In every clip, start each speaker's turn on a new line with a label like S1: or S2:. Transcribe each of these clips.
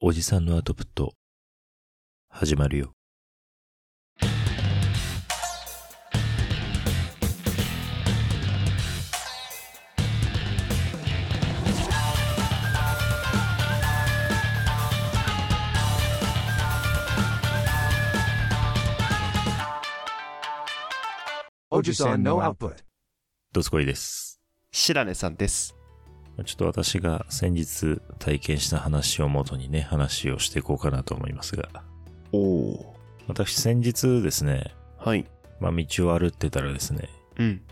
S1: おじさんのアウトプット、始まるよ。
S2: Ojisan no output.
S1: どすこいです。
S3: 白根さんです。
S1: まあちょっと私が先日体験した話を元にね、話をしていこうかなと思いますが、
S3: おお。
S1: 私先日ですね、
S3: はい。
S1: まあ道を歩ってたらですね、
S3: うん。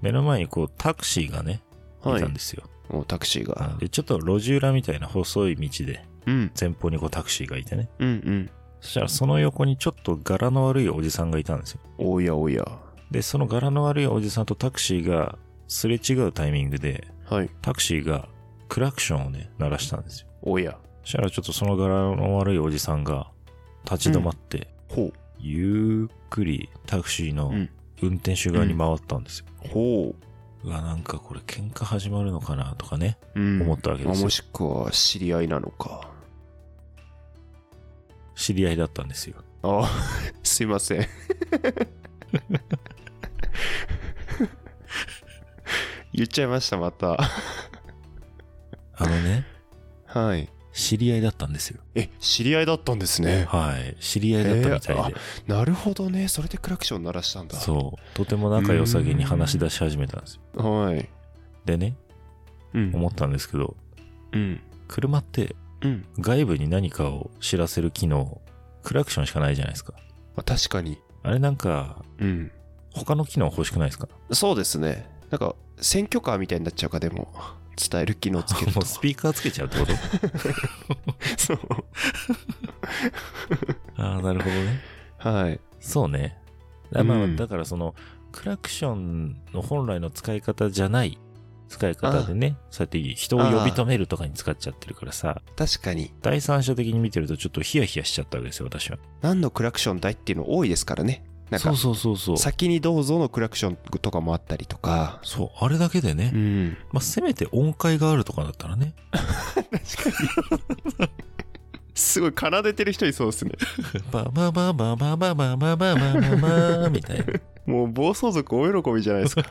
S1: 目の前にこうタクシーがね、
S3: はいい
S1: たん。ですよ。
S3: おタクシーが。
S1: で、ちょっと路地裏みたいな細い道で、
S3: うん。
S1: 前方にこうタクシーがいてね。
S3: うん
S1: そしたらその横にちょっと柄の悪いおじさんがいたんですよ。
S3: うん。おやおや。
S1: で、その柄の悪いおじさんとタクシーがすれ違うタイミングで、
S3: はい。
S1: タクシーがクラクションをね、鳴らしたんですよ。
S3: おや。
S1: そしたらちょっとその柄の悪いおじさんが立ち止まって、
S3: ほう。
S1: ゆっくりタクシーの
S3: うん
S1: 運転手側に回ったんですよ。
S3: ほ
S1: うわ、なんかこれ喧嘩始まるのかなとかね、
S3: う。うん。
S1: 思ったわけ
S3: ま
S1: で
S3: あ
S1: すよ
S3: も。しくは知り合いなのか。
S1: 知り合いだったんですよ。
S3: あ すいません。 言っちゃいました、また。
S1: あのね、
S3: はい。
S1: 知り合いだったんですよ。
S3: え、知り合いだったんですね。
S1: はい。知り合いだったみたいで。
S3: なるほどね。それでクラクション鳴らしたんだ。
S1: そう。とても仲良さげに話し出し始めたんですよ。
S3: う。はい。
S1: でね、
S3: うん
S1: 思ったんですけど、
S3: うん。
S1: 車って
S3: うん。
S1: 外部に何かを知らせる機能、クラクションしかないじゃないですか。
S3: まあ確かに。
S1: あれなんか、
S3: うん。
S1: 他の機能欲しくないですか
S3: そうですね。なんか、選挙カーみたいになっちゃうか、でも、伝える機能つける と。
S1: もうスピーカーつけちゃうって こと
S3: そう。
S1: ああ、なるほどね。
S3: はい。
S1: そうね。あまあ、
S3: うん
S1: だからその、クラクションの本来の使い方じゃない使い方でね、そうやって人を呼び止めるとかに使っちゃってるからさ、
S3: 確かに。
S1: 第三者的に見てるとちょっとヒヤヒヤしちゃったわけですよ、私は。
S3: 何のクラクション台っていうの多いですからね。なん
S1: そ
S3: か
S1: う、そうそうそう。
S3: 先にどうぞのクラクションとかもあったりとか。
S1: そう、あれだけでね、
S3: うん。
S1: まあ、せめて音階があるとかだったらね、
S3: すごい、奏でてる人いそう ですね。
S1: ババババババババババババみたい
S3: もう、暴走族大喜びじゃないですか。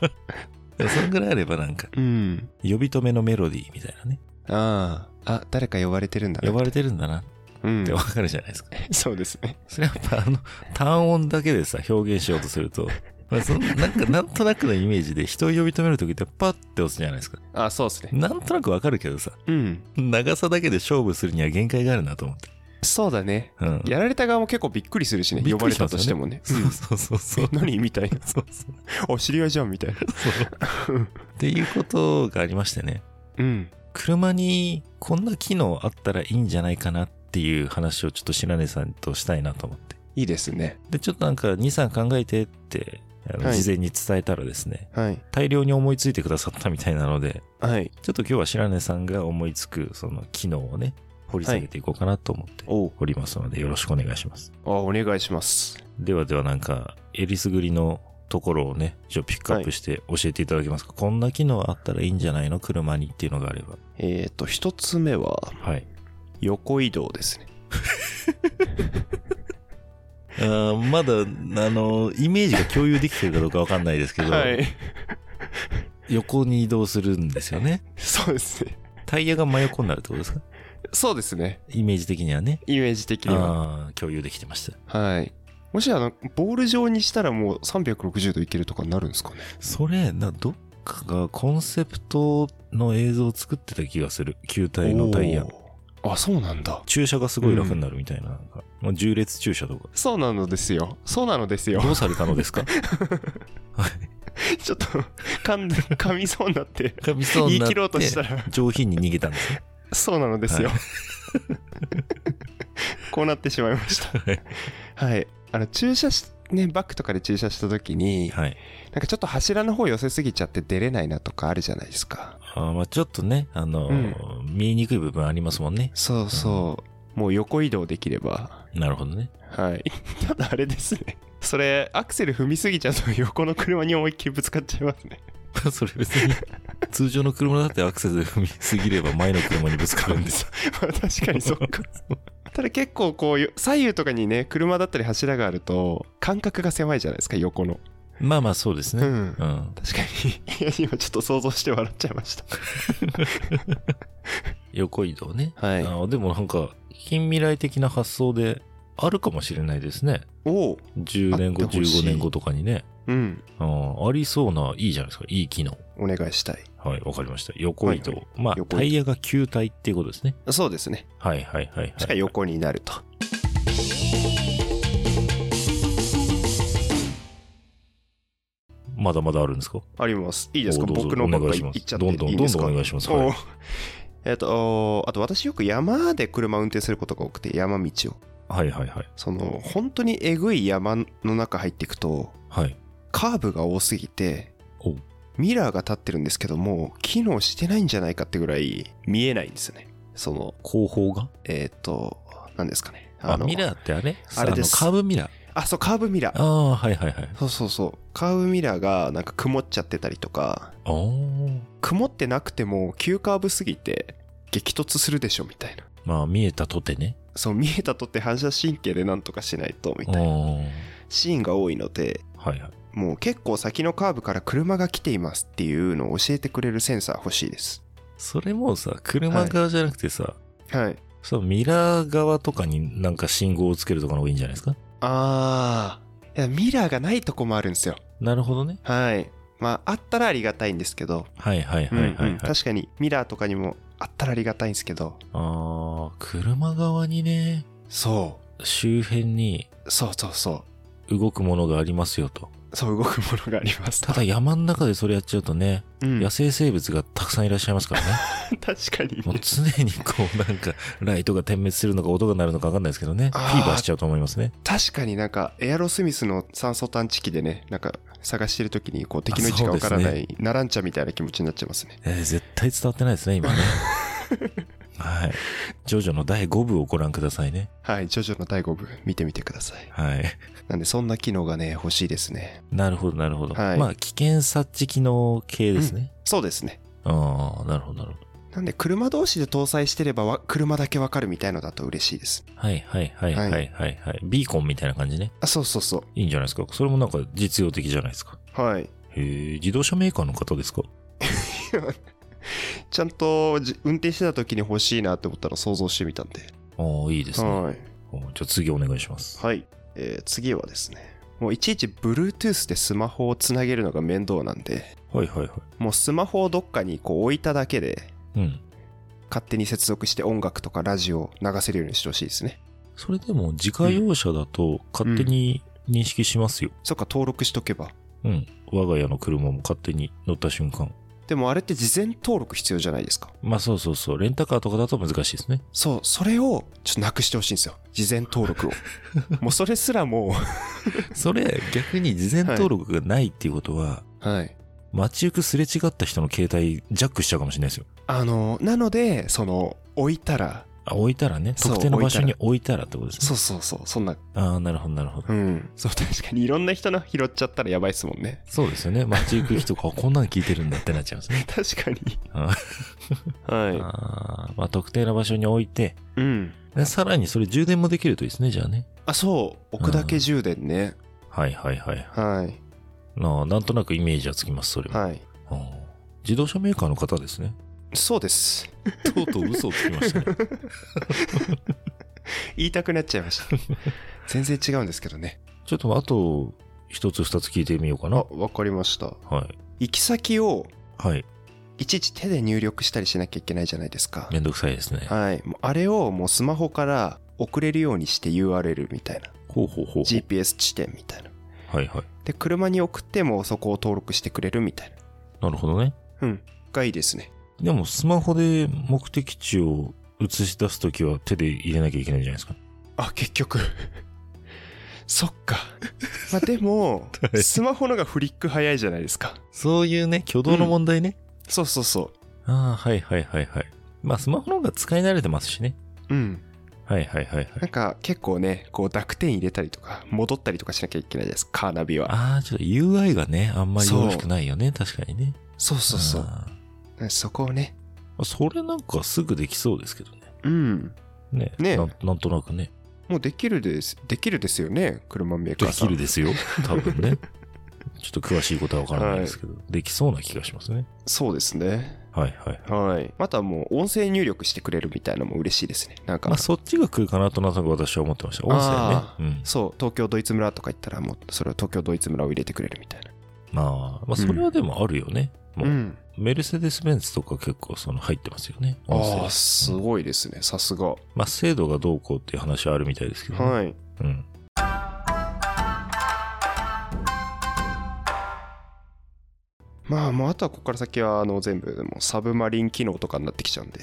S1: な。そんぐらいあればなんか、
S3: うん。
S1: 呼び止めのメロディーみたいなね。
S3: ああ。あ、誰か呼ばれてるんだな
S1: 呼ばれてるんだなっ
S3: うん
S1: て。わかるじゃないですか。
S3: そうですね。
S1: それやっぱあの、単音だけでさ、表現しようとすると、まあ、そんなんかなんとなくのイメージで人を呼び止めるときってパッて押すじゃないですか。
S3: あ、そうですね。
S1: なんとなくわかるけどさ、
S3: うん。
S1: 長さだけで勝負するには限界があるなと思って。
S3: そうだね。
S1: うん。
S3: やられた側も結構びっくりするしね。
S1: びっ
S3: 呼
S1: く
S3: ば
S1: り
S3: れ
S1: しま
S3: た
S1: すよね
S3: としてもね。
S1: そうそうそうそう。
S3: 何みたいな。
S1: そうそう
S3: お知り合いじゃんみたいな。
S1: そう。っていうことがありましてね。
S3: うん。
S1: 車にこんな機能あったらいいんじゃないかなっていう話をちょっと白根さんとしたいなと思って。
S3: いいですね。
S1: で、ちょっとなんか、2、3考えてって、あの
S3: はい
S1: 事前に伝えたらですね、
S3: はい。
S1: 大量に思いついてくださったみたいなので、
S3: はい。
S1: ちょっと今日は白根さんが思いつく、その機能をね、掘り下げていこうかなと思って
S3: お
S1: おりますので、よろしくお願いします。
S3: あ、お願いします。
S1: ではではなんか、えりすぐりのところをね、ちょっとピックアップして教えていただけますか、こんな機能あったらいいんじゃないの車にっていうのがあれば。
S3: えっ、ー、と、一つ目は、
S1: はい。
S3: 横移動ですね。
S1: あーまだ、あの、イメージが共有できてるかどうかわかんないですけど、
S3: はい。
S1: 横に移動するんですよね。
S3: そうですね。
S1: タイヤが真横になるってことですか
S3: そうですね。
S1: イメージ的にはね。
S3: イメージ的には。
S1: ああ、共有できてました。
S3: はい。もしあの、ボール状にしたらもう360度いけるとかになるんですかね。
S1: それ、な、どっかがコンセプトの映像を作ってた気がする。球体のタイヤ
S3: お。ー。あ、そうなんだ。
S1: 駐車がすごい楽になるみたいな。なんかまあ重列駐車とか。
S3: そうなのですよ。そうなのですよ。
S1: どうされたのですか
S3: ちょっと、噛んで、噛みそうになって、
S1: 言い
S3: 言い切ろうとしたら、
S1: 上品に逃げたんですね。
S3: そうなのですよ。 こうなってしまいま した。はい。あの、駐車し、ね、バックとかで駐車した時に、
S1: はい。
S3: なんかちょっと柱の方寄せすぎちゃって出れないなとかあるじゃないですか。
S1: あーまあちょっとね、あのー、見えにくい部分ありますもんね。
S3: そうそう。もう横移動できれば。
S1: なるほどね。
S3: はい。 ただあれですね。それ、アクセル踏みすぎちゃうと横の車に思いっきりぶつかっちゃいますね。
S1: それ別に通常の車だってアクセス踏みすぎれば前の車にぶつかるん です。
S3: まあ確かにそっ かただ結構こうよ左右とかにね車だったり柱があると間隔が狭いじゃないですか横の
S1: まあまあそうです
S3: う
S1: ね。
S3: ん
S1: うん。
S3: 確かに いや今ちょっと想像して笑っちゃいました
S1: 横移動ね。
S3: はい
S1: あでもなんか、近未来的な発想であるかもしれないですね。
S3: おお
S1: 10年後、
S3: あってほしい
S1: 15年後とかにね。
S3: うん
S1: うんありそうな、いいじゃないですか。いい機能。
S3: お願いしたい
S1: はい、わかりました。横移動。
S3: はい
S1: まあ、
S3: 横移動
S1: タイヤが球体っていうことですね。
S3: そうですね
S1: はいはいはい、はい。
S3: しか横になると
S1: まだまだあるんですか
S3: ありますいいですか
S1: おどうぞ
S3: 僕のばっ
S1: お願い
S3: かり
S1: します
S3: 言っちゃってい
S1: どんどん
S3: いですか
S1: どんどんお願いします
S3: おー
S1: はい
S3: えっとおーあと私よく山で車運転することが多くて山道を
S1: はいはいはい。
S3: その本当にえぐい山の中入っていくと
S1: はい。
S3: カーブが多すぎて
S1: おう
S3: ミラーが立ってるんですけども機能してないんじゃないかってぐらい見えないんですよねその
S1: 後方が
S3: えっ、と何ですかね
S1: あ
S3: の
S1: ミラーってあれ
S3: あれです
S1: のカーブミラー。
S3: あそうカーブミラー
S1: ああ、はいはいはい。
S3: そうそうそうカーブミラーがなんか曇っちゃってたりとか
S1: あー
S3: 曇ってなくても急カーブすぎて激突するでしょみたいな
S1: まあ、見えたとてね。
S3: そう見えたとって反射神経でなんとかしないとみ
S1: あ
S3: たいな
S1: ー
S3: シーンが多いので
S1: はいはい。
S3: もう結構先のカーブから車が来ていますっていうのを教えてくれるセンサー欲しいです
S1: それもさ、車側じゃなくてさ、
S3: はい
S1: そのミラー側とかになんか信号をつけるとかの方がいいんじゃないですか
S3: あーいやミラーがないとこもあるんですよ
S1: なるほどね。
S3: はいまああったらありがたいんですけど、
S1: はいはいはいはい、はい
S3: うんうん確かにミラーとかにもあったらありがたいんですけど
S1: ああ、車側にね、
S3: そ
S1: 周辺に
S3: うそうそうそ
S1: 動くものがありますよと。
S3: うそう動くものがあります
S1: ただ山の中でそれやっちゃうとね、
S3: うん
S1: 野生生物がたくさんいらっしゃいます からね。
S3: 確かにね
S1: もう常にこうなんか、ライトが点滅するのか音が鳴るのかわかんないですけどね。フ
S3: あ
S1: ィ
S3: ー
S1: ーバーしちゃうと思いますね。
S3: 確かになんかエアロスミスの酸素探知機でねなんか探してる時にこう敵の位置がわから
S1: あそ
S3: な
S1: う
S3: い、ナランチャみたいな気持ちになっちゃいますね
S1: えー絶対伝わってないですね、今 ね。はい。ジョジョの第5部をご覧くださいね。
S3: はいジョジョの第5部見てみてください
S1: はい。
S3: なんでそんな機能がね欲しいですね
S1: なるほど、なるほど。
S3: はい
S1: まあ、危険察知機能系ですね。
S3: そうですね
S1: ああ、なるほど、なるほど。
S3: なんで車同士で搭載してればわ車だけわかるみたいのだと嬉しいです
S1: はい、はい、はい、
S3: は
S1: はいい、はい、はい。ビーコンみたいな感じね。
S3: あそうそうそ
S1: いいんじゃないですか。それもなんか実用的じゃないですか。
S3: うはい
S1: へえ、自動車メーカーの方ですか
S3: ちゃんとじ運転してた時に欲しいなって思ったの想像してみたんで
S1: ああ、いいですね。
S3: はい
S1: おじゃあ次お願いします。
S3: はい、えー次はですねもういちいち Bluetooth でスマホをつなげるのが面倒なんで
S1: はい、はい、はい。
S3: もうスマホをどっかにこう置いただけで
S1: うん。
S3: 勝手に接続して音楽とかラジオを流せるようにしてほしいですね
S1: それでも自家用車だと勝手に認識しますよ。
S3: そっか登録しとけば
S1: うん。我が家の車も勝手に乗った瞬間。
S3: でもあれって事前登録必要じゃないですか
S1: まあそうそうそう。レンタカーとかだと難しいですね。
S3: そうそれをちょっとなくしてほしいんですよ事前登 録をもうそれすらも
S1: それ逆に事前登録がないっていうことは、
S3: うはい
S1: 街行くすれ違った人の携帯ジャックしちゃうかもしれないですよ。
S3: あのなのでその置いたら
S1: あ、置いたらね。
S3: そう
S1: 特定の場所に置いたらってことです
S3: そ
S1: ね。
S3: うそうそうそんな
S1: ああ、なるほど、なるほど。
S3: うんそう確かにいろんな人の拾っちゃったらやばいですもんね
S1: そうですよね。街行く人が、あこんなの聞いてるんだってなっちゃいます ね。
S3: 確かに
S1: あ
S3: は
S1: あーまあ特定の場所に置いて、
S3: いうん
S1: でさらにそれ充電もできるといいですね、じゃあね。
S3: あそう置くだけ充電ね
S1: はいはいはい。
S3: はい
S1: なあなんとなくイメージはつきます、それは。
S3: はい
S1: うん自動車メーカーの方ですね。
S3: そうです
S1: とうとう嘘をつきましたね。
S3: 言いたくなっちゃいました 全然違うんですけどね
S1: ちょっとあと、一つ二つ聞いてみようか
S3: あ
S1: な。
S3: わかりました
S1: はい。
S3: 行き先を
S1: はい。
S3: いちいち手で入力したりしなきゃいけないじゃないですか
S1: めんどくさいですね。
S3: はいもうあれをもうスマホから送れるようにして URL みたいな
S1: ほうほうほうほう。
S3: GPS 地点みたいな
S1: はいはい。
S3: で車に送ってもそこを登録してくれるみたいな
S1: なるほどね。
S3: うんがいいですね
S1: でも、スマホで目的地を映し出すときは手で入れなきゃいけないんじゃないですか。
S3: あ結局 そっかまあでも
S1: はい
S3: スマホのがフリック早いじゃないですか
S1: そういうね、挙動
S3: の問
S1: 題ね。
S3: そうそうそ
S1: ああ、はいはいはいはい。まあ、スマホの方が使い慣れてますしね。
S3: ううん
S1: はいはいはいはい。
S3: なんか結構ねこう濁点入れたりとか戻ったりとかしなきゃいけないじゃないですかカーナビは
S1: ああ、ちょっと UI がね、あんまりよろしくないよね。確かにね。
S3: そうそうそう
S1: あ
S3: そこをね。
S1: それなんかすぐできそうですけどね。
S3: うん。
S1: ね
S3: ね
S1: なんなんとなくね。
S3: もうできるです。できるですよね。車メーカ
S1: で
S3: ーさ
S1: き
S3: ん。
S1: るですよ。多分ね。ちょっと詳しいことはわからないですけど、できそうな気がしますね。
S3: そうですね。
S1: はいはい。
S3: はい。またもう音声入力してくれるみたいなのも嬉しいですね。なんか、
S1: まあそっちが来るかなとなんとなく私は思ってました。音
S3: あ
S1: 声ね。うん。
S3: そう、東京ドイツ村とか行ったらもうそれを東京ドイツ村を入れてくれるみたいな。
S1: まあ、まあそれはでもあるよね。もう、
S3: ん。
S1: メルセデス・ベンツとか結構その入ってますよね。音声
S3: ああ、すごいですね。さすが。
S1: まあ制度がどうこうっていう話はあるみたいですけど、ね。
S3: はい。
S1: うん。
S3: まあもうあとはここから先はあの全部もうサブマリン機能とかになってきちゃうんで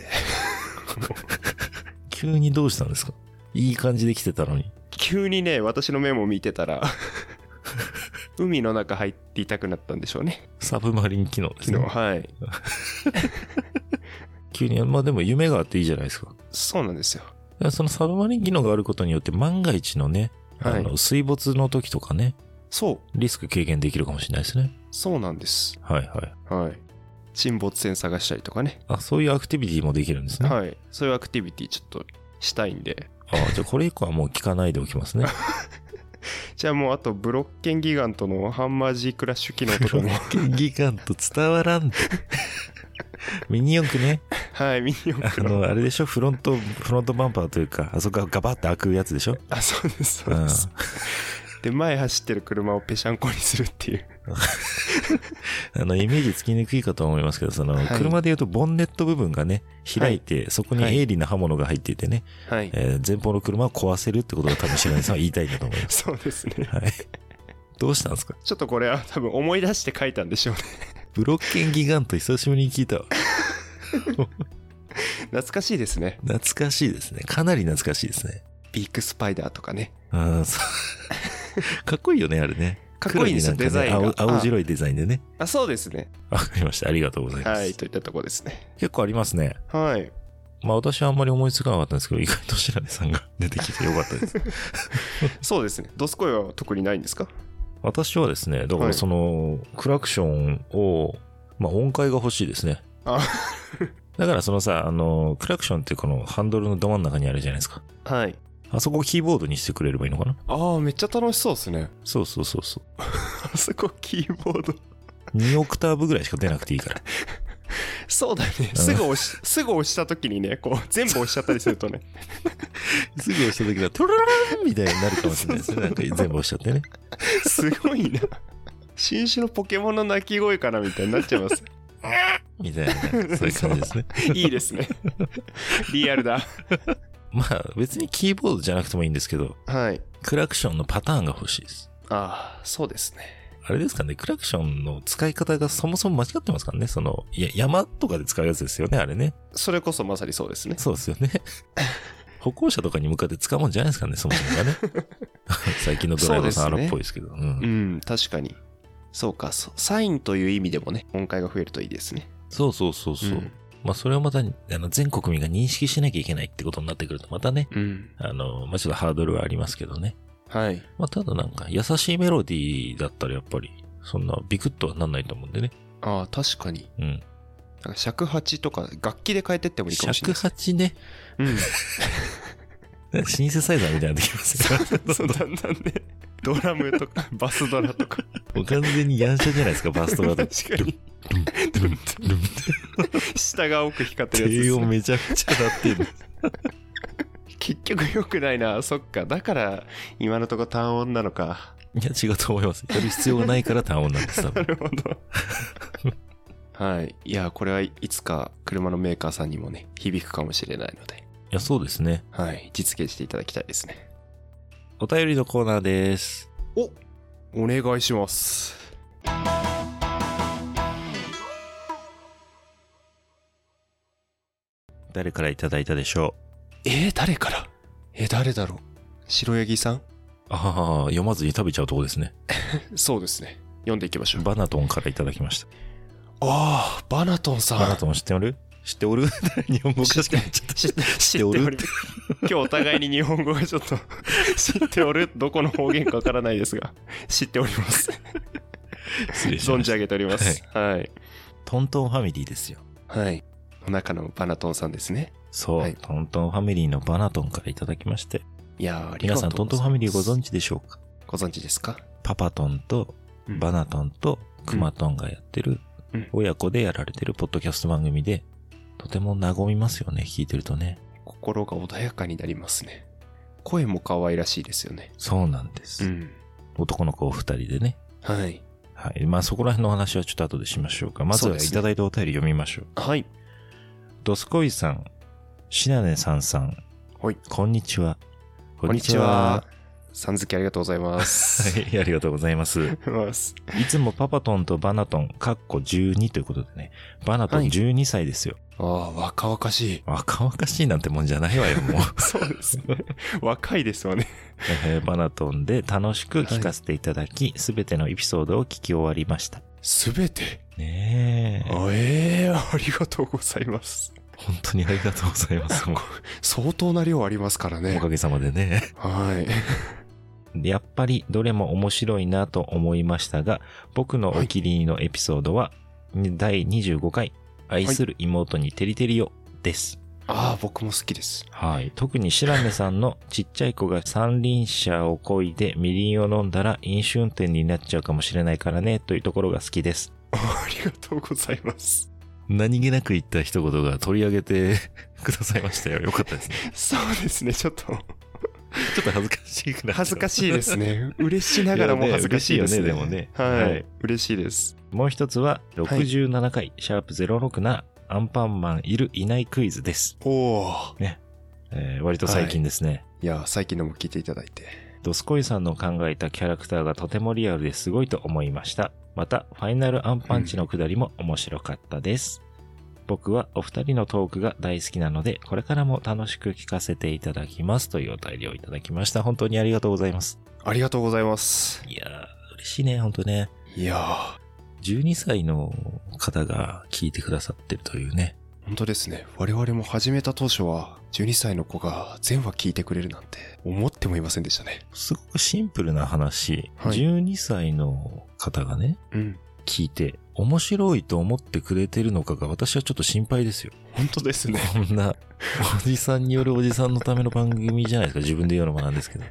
S1: 急にどうしたんですかいい感じで来てたのに。
S3: 急にね私のメモ見てたら 海の中入っていたくなったんでしょうね
S1: サブマリン機能です
S3: 昨日
S1: ね。
S3: はい
S1: 急に、まあでも夢があっていいじゃないですか。
S3: そうなんですよ
S1: いやそのサブマリン機能があることによって万が一のね、
S3: は
S1: あ
S3: い
S1: の水没の時とかね、
S3: そう
S1: リスク軽減できるかもしれないですね。
S3: そうなんです
S1: はいはい。
S3: はい沈没船探したりとかね
S1: あ、そういうアクティビティもできるんですね。あ
S3: はいそういうアクティビティちょっとしたいんで
S1: じゃあこれ以降はもう聞かないでおき ますね。
S3: じゃあもうあとブロッケンギガントのハンマー G クラッシュ機能 とかも
S1: ギガント伝わらん。ミニ四駆ね。
S3: はいミニオン
S1: あ
S3: クの
S1: の、あれでしょフロント、フロントバンパーというか、あそこがガバって開くやつでしょ
S3: あそうですそううで
S1: ん。
S3: す、 で前走ってる車をぺしゃんこにするっていう
S1: あの、イメージつきにくいかと思いますけど、その、
S3: はい
S1: 車で言うとボンネット部分がね、開いて、そこに
S3: はい
S1: 鋭利な刃物が入っていてね、
S3: はい
S1: えー前方の車を壊せるってことが多分白根さんは言いたいんだと思います。
S3: そうですね
S1: はい。どうしたんですか
S3: ちょっとこれは多分思い出して書いたんでしょうね
S1: ブロッケンギガント久しぶりに聞いたわ。
S3: 懐かしいですね
S1: 懐かしいですね。かなり懐かしいですね。
S3: ビッグスパイダーとかね
S1: うん、そう。 かっこいいよね、あれね。
S3: かっこいいんですよ
S1: 黒になんかね
S3: デザインが
S1: 青青白いデザインでね。
S3: あそうですね
S1: わかりました。ありがとうございます。
S3: はいといったとこですね
S1: 結構ありますね。
S3: はい
S1: まあ私はあんまり思いつかなかったんですけど、意外と白根さんが 出てきてよかったです。
S3: そうですねドスコイは特にないんですか
S1: 私はですね、だか
S3: は
S1: ら
S3: い
S1: その、クラクションを、まあ音階が欲しいですね。
S3: あ
S1: だからそのさ、あの、クラクションってこのハンドルのど真ん中にあるじゃないですか。
S3: はい
S1: あそこをキーボードにしてくれればいいのかな
S3: ああめっちゃ楽しそうですね
S1: そうそうそうそう。
S3: あそこキーボード
S1: 2オクターブぐらいしか出なくていいから。
S3: そうだねすぐ押しすぐ押した時にねこう全部押しちゃったりするとね
S1: すぐ押した時はトロロロンみたいになるかもしれないですね。なんか全部押しちゃってね。
S3: すごいな新種のポケモンの鳴き声かなみたいになっちゃいます
S1: みたいな、そういう感じですね。
S3: いいですねリアルだ
S1: まあ別にキーボードじゃなくてもいいんですけど、
S3: はい
S1: クラクションのパターンが欲しいです。
S3: ああそうですね
S1: あれですかね、クラクションの使い方がそもそも間違ってますからね。その、いや、山とかで使うやつですよね、あれね。
S3: それこそまさにそうですね
S1: そうですよね。歩行者とかに向かって使うもんじゃないですからね、そもそもがね。最近のドライバーさん
S3: そうですね
S1: 荒っぽいですけど。うん
S3: うん、確かに。そうか、そうサインという意味でもね、音階が増えるといいですね。
S1: そうそうそうそう。
S3: ん
S1: まあ、それをまた、あの、全国民が認識しなきゃいけないってことになってくると、またね、
S3: うん。
S1: あの、まあ、ちょっとハードルはありますけどね。
S3: はい。
S1: まあ、ただなんか、優しいメロディーだったらやっぱり、そんなビクッとはなんないと思うんでね。
S3: ああ、確かに。
S1: うん。
S3: なんか尺八とか楽器で変えてってもいいかもしれ
S1: 尺
S3: ない。
S1: 八ね。シンセサイザーみたいになってきますね。
S3: うん。 そう、だんだんね、ドラムとか、バスドラとか。
S1: もう完全にヤンシャじゃないですか、バストが。
S3: 確かに。
S1: ルンルンって
S3: 下が奥光ってるやつ
S1: 低
S3: です
S1: 音
S3: ね、
S1: めちゃくちゃ鳴ってる。
S3: 結局良くないな。そっか。だから、今のとこ単音なのか。
S1: いや、違うと思います。やる必要がないから単音なんです、多
S3: な
S1: 分。
S3: るほど。はい。いや、これはいつか車のメーカーさんにもね、響くかもしれないので。
S1: いや、そうですね。
S3: はい、実現していただきたいですね。
S1: お便りのコーナーです。
S3: おお願いします。
S1: 誰からいただいたでしょ
S3: えー、誰からえー、誰だろう白ヤギさん
S1: うああ、読まずに食べちゃうとこですね。
S3: そうですね。読んでいきましょう。
S1: バナトンからいただきました。
S3: ああ、バナトンさん。
S1: バナトン知っておる知ってお る日本語おかしくなっちゃった。
S3: 知って知
S1: っておる
S3: っており今日お互いに日本語がちょっと 知っておるどこの方言かわからないですが知っております
S1: 失礼し
S3: 存
S1: まし
S3: じ上げておりますはい、
S1: た。トントンファミリーですよ。
S3: はい。の中のバナトンさんですね。
S1: そう、
S3: はい
S1: トントンファミリーのバナトンからいただきまして。
S3: いやーあり
S1: 皆
S3: がとう
S1: さん、トントンファミリーご
S3: 知
S1: 存知でしょうか
S3: ご存知ですか
S1: パパトンとバ
S3: ナ
S1: ナトンとクマトンがやってる
S3: うん、
S1: 親子でやられてるポッドキャスト番組で、とても和みますよね、聞いてるとね。
S3: 心が穏やかになりますね。声も可愛らしいですよね。
S1: そうなんです。
S3: ん。
S1: 男の子お二人でね。
S3: はい。
S1: はい。まあそこら辺のお話はちょっと後でしましょうか。まず
S3: そう
S1: は
S3: で
S1: い
S3: すね
S1: ただいたお便り読みましょう。
S3: はい。
S1: ドスコイさん、シナネさんさん、
S3: はい。
S1: こんにちは。
S3: こんにちは。さん付けありがとうござ い ます。
S1: こんにちは。はい、ありがとうございます。
S3: ありがとうございます。
S1: いつもパパトンとバナトン、かっこ12ということでね、バナトン
S3: はい
S1: 12歳ですよ。
S3: ああ、若々しい。
S1: 若々しいなんてもんじゃないわよ、 もう。
S3: そうですね。 若いですわね。
S1: えーバナトンで楽しく聞かせていただき、すべてのエピソードを聞き終わりました。
S3: すべて。
S1: ねえ。
S3: あええありがとうございます。
S1: 本当にありがとうございます。もう
S3: 相当な量ありますか ら
S1: お
S3: ね
S1: か。げさまでね。
S3: はい。
S1: やっぱりどれも面白いなと思いましたが、僕のお気に入りのエピソードは、第25回、愛する妹にテリテリをです。
S3: ああ、僕も好きです。
S1: はい。特に白根さんのちっちゃい子が三輪車を漕いでみりんを飲んだら飲酒運転になっちゃうかもしれないからね、というところが好きです。
S3: ありがとうございます。
S1: 何気なく言った一言が取り上げてくださいましたよ。よかったですね。
S3: そうですね、ちょっと。
S1: ちょっと恥ずかしいくなっちゃう
S3: 恥ずかしいです。ね。 嬉しながらも恥ずかしいですね。
S1: いやね嬉しいよねでもね
S3: は
S1: はい
S3: い。嬉しいです。
S1: もう一つは、67回、シャープ067、アンパンマンいるいないクイズです。
S3: おー
S1: えー割と最近ですね。
S3: いや、最近のも聞いていただいて。
S1: ドスコイさんの考えたキャラクターがとてもリアルですごいと思いました。また、ファイナルアンパンチのくだりも面白かったです。僕はお二人のトークが大好きなので、これからも楽しく聞かせていただきますというお便りをいただきました。本当にありがとうございます。
S3: ありがとうございます。
S1: いやー、嬉しいね、本当ね。
S3: いやー、
S1: 12歳の方が聞いてくださってるというね。
S3: 本当ですね。我々も始めた当初は、12歳の子が全話聞いてくれるなんて、思ってもいませんでしたね。
S1: すごくシンプルな話。
S3: はい
S1: 12歳の方がね、
S3: うん。
S1: 聞いて、面白いと思ってくれてるのかが私はちょっと心配ですよ。
S3: 本当ですね。
S1: こんな、おじさんによるおじさんのための番組じゃないですか。自分で言うのもなんですけど。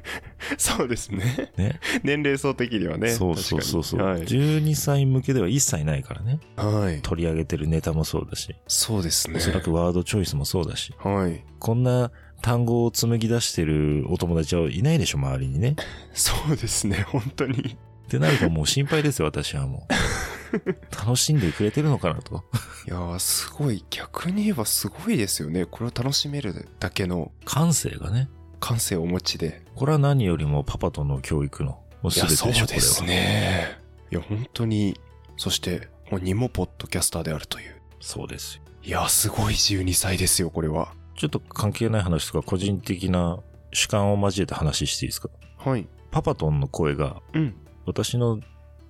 S3: そうですね。
S1: ね。
S3: 年齢層的にはね。
S1: そうそうそうそう、
S3: 確かに
S1: 12歳向けでは一切ないからね。
S3: はい。はい。
S1: 取り上げてるネタもそうだし、
S3: そうですね。
S1: おそらくワードチョイスもそうだし、
S3: はい。
S1: こんな単語を紡ぎ出してるお友達はいないでしょ、周りにね。
S3: そうですね。本当に。
S1: ってなるともう心配ですよ、私はも う。楽しんでくれてるのかなと。
S3: いやー、すごい。逆に言えばすごいですよね。これを楽しめるだけの
S1: 感性がね。
S3: 感性をお持ちで。
S1: これは何よりもパパとの教育のもう
S3: い
S1: 全
S3: や、
S1: てでしょ、
S3: そうです
S1: これは。
S3: ね。いや、本当に。そして、本人もポッドキャスターであるという。
S1: そうですよ。
S3: いや、すごい12歳ですよ、これは。
S1: ちょっと関係ない話とか個人的な主観を交えて話していいですか
S3: はい。
S1: パパトンの声が
S3: うん。
S1: 私の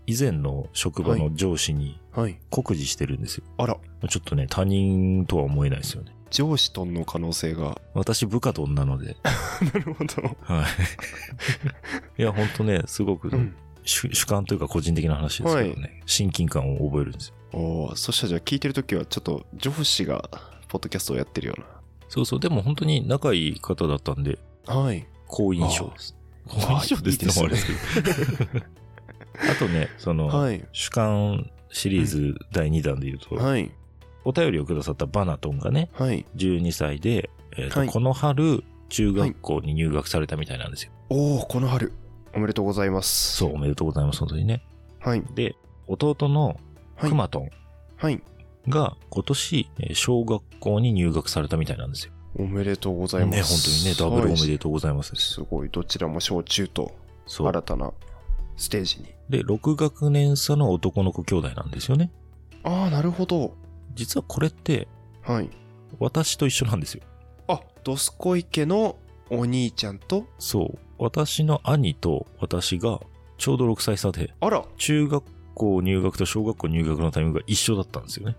S1: 以前の職場の上司に
S3: はい。
S1: 酷似してるんですよ。
S3: あら、
S1: ちょっとね、他人とは思えないですよね。
S3: 上司との可能性が。
S1: 私部下トンなので。
S3: なるほど。
S1: はい。いや、ほんとね、すごく、
S3: うん。
S1: 主主観というか個人的な話ですけどね、親近感を覚えるんですよ。
S3: おーそしたらじゃあ聞いてるときは、ちょっと上司が、ポッドキャストをやってるよう
S1: そうそう、でも本当に仲いい方だったんで、
S3: な。はい。
S1: 好印象です。好
S3: あ
S1: 印象ですってのもあれですけど。あとね、その、
S3: はい。
S1: 主観シリーズ第2弾で言うと、
S3: はい。
S1: お便りをくださったバナトンがね、
S3: はい。
S1: 12歳で、えーと
S3: はい
S1: この春、中学校に入学されたみたいなんですよ。
S3: おおこの春。おめでとうございます。
S1: そう、おめでとうございます、本当にね。
S3: はい。
S1: で、弟の
S3: はい。
S1: くまとん
S3: はい。
S1: が今年、えー小学校に入学されたみたいなんですよ。
S3: おめでとうござい
S1: ね、
S3: ま
S1: 本
S3: す。
S1: 当にね、ダブルおめ
S3: はい
S1: でとうございますです。
S3: すごい、どちらも小中と
S1: そう
S3: 新。たなステージに。
S1: で、6学年差の男の子兄弟なんですよね。
S3: ああ、なるほど。
S1: 実はこれって、
S3: はい。
S1: 私と一緒なんですよ。
S3: あ、ドスコイ家のお兄ちゃんと、
S1: そう。私の兄と私が、ちょうど6歳差で、
S3: あら、
S1: 中学校入学と小学校入学のタイミングが一緒だったんですよね。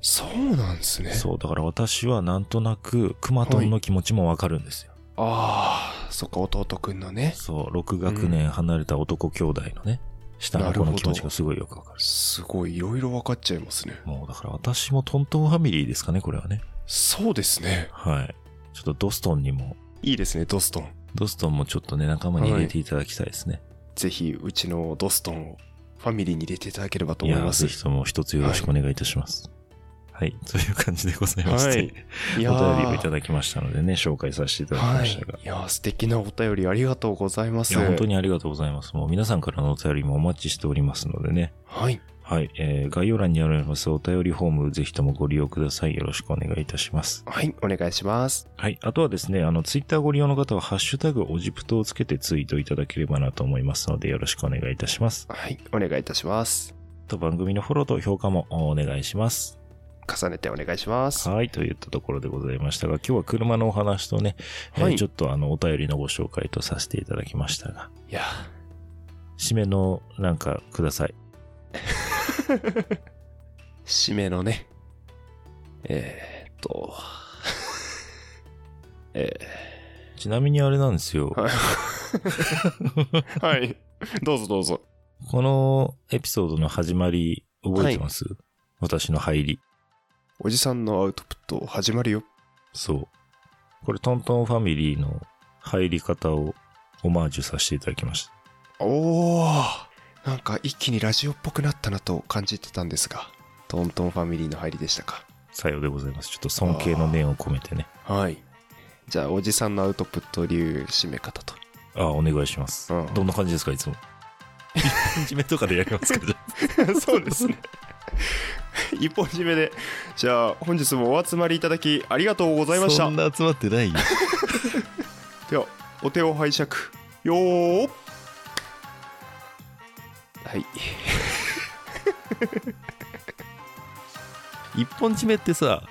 S3: そうなんですね。
S1: そう、だから私はなんとなく、クマトンの気持ちもわかるんですよ。
S3: ああ、そっか、弟くんのね。
S1: そう、6学年離れた男兄弟のね、下の子の気持ちがすごいよくわかる。
S3: すごいいろいろ分かっちゃいますね。
S1: もうだから私もトントンファミリーですかね、これはね。
S3: そうですね。
S1: はい。ちょっとドストンにも、
S3: いいですね、ドストン。
S1: ドストンもちょっとね、仲間に入れていただきたいですね。
S3: ぜひ、うちのドストンをファミリーに入れていただければと
S1: い、
S3: 思い
S1: やー、
S3: ます
S1: ぜ。ひとも一つよろしくお願いいたします。はい。という感じでございまして、
S3: はいい
S1: お
S3: やー
S1: 便りをいただきましたのでね、紹介させていただきま
S3: は
S1: したが。
S3: い。いやー、素敵なお便りありがとうございま
S1: い
S3: す。
S1: や、本当にありがとうございます。もう皆さんからのお便りもお待ちしておりますのでね。
S3: はい。
S1: はい。えー、概要欄にありますお便りフォーム、ぜひともご利用ください。よろしくお願いいたします。
S3: はい、お願いします。
S1: はい。あとはですね、あの、ツイッターご利用の方は、ハッシュタグ、オジプトをつけてツイートいただければなと思いますので、よろしくお願いいたします。
S3: はい、お願いいたします。
S1: あと、番組のフォローと評価もお願いします。
S3: 重ねてお願いします。
S1: はい。といったところでございましたが、今日は車のお話とね、えー
S3: はい
S1: ちょっとあの、お便りのご紹介とさせていただきましたが、
S3: いや
S1: 締めのなんかください。
S3: ー、締めのね。えー、っと。 え
S1: ちなみにあれなんですよ。
S3: ー、はい。はい。どうぞどうぞ。
S1: このエピソードの始まり、覚えてます、私の入り。
S3: おじさんのアウトプット始まるよ。
S1: そう。これ、トントンファミリーの入り方をオマージュさせていただきました。
S3: おーなんか一気にラジオっぽくなったなと感じてたんですが、トントンファミリーの入りでしたか。
S1: さようでございます。ちょっと尊敬の念を込めてね。
S3: はい。じゃあ、おじさんのアウトプット流締め方と。
S1: ああ、お願いします、
S3: うん
S1: どんな感じですか、い つも。1日目とかでやります か、じゃあ
S3: そうですね。一本締めで。じゃあ、本日もお集まりいただきありがとうございました
S1: そん。な集まってないよ。
S3: では、お手を拝借。よーはい。
S1: 一本締めってさ、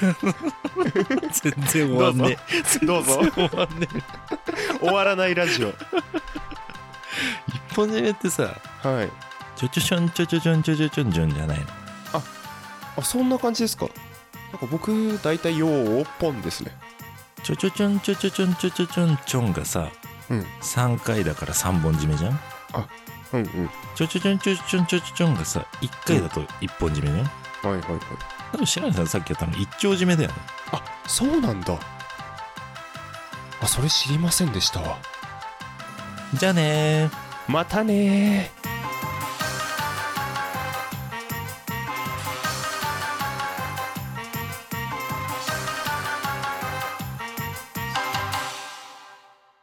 S1: 全然終わんねえ。
S3: どうぞ
S1: 全然終わんねえ。
S3: 終わらないラジオ。
S1: 一本締めってさ、
S3: はい。
S1: ちょちょちょんちょちょちょんちょちょちょんちょんじゃないの。
S3: あ、そんな感じですか。なんか僕、大体よーぽんですね。
S1: ちょちょちょんちょちょちょんちょちょちょんちょんがさ、
S3: うん。
S1: 3回だから3本締めじゃん
S3: うんうん。
S1: ちょちょちょんちょちょんちょちょちょんがさ、1回だと1本締めね。
S3: はいはいはい。
S1: 多分白根さんさっきやったの一丁締めだよね。
S3: あ、そうなんだ。あ、それ知りませんでしたわ。
S1: じゃあねー。
S3: またねー。